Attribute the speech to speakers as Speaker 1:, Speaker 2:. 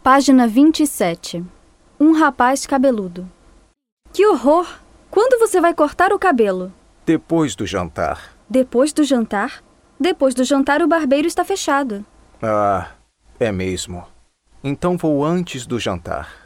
Speaker 1: Página 27. Um rapaz cabeludo. Que horror! Quando você vai cortar o cabelo?
Speaker 2: Depois do jantar.
Speaker 1: Depois do jantar? Depois do jantar, o barbeiro está fechado.
Speaker 2: Ah, é mesmo. Então vou antes do jantar.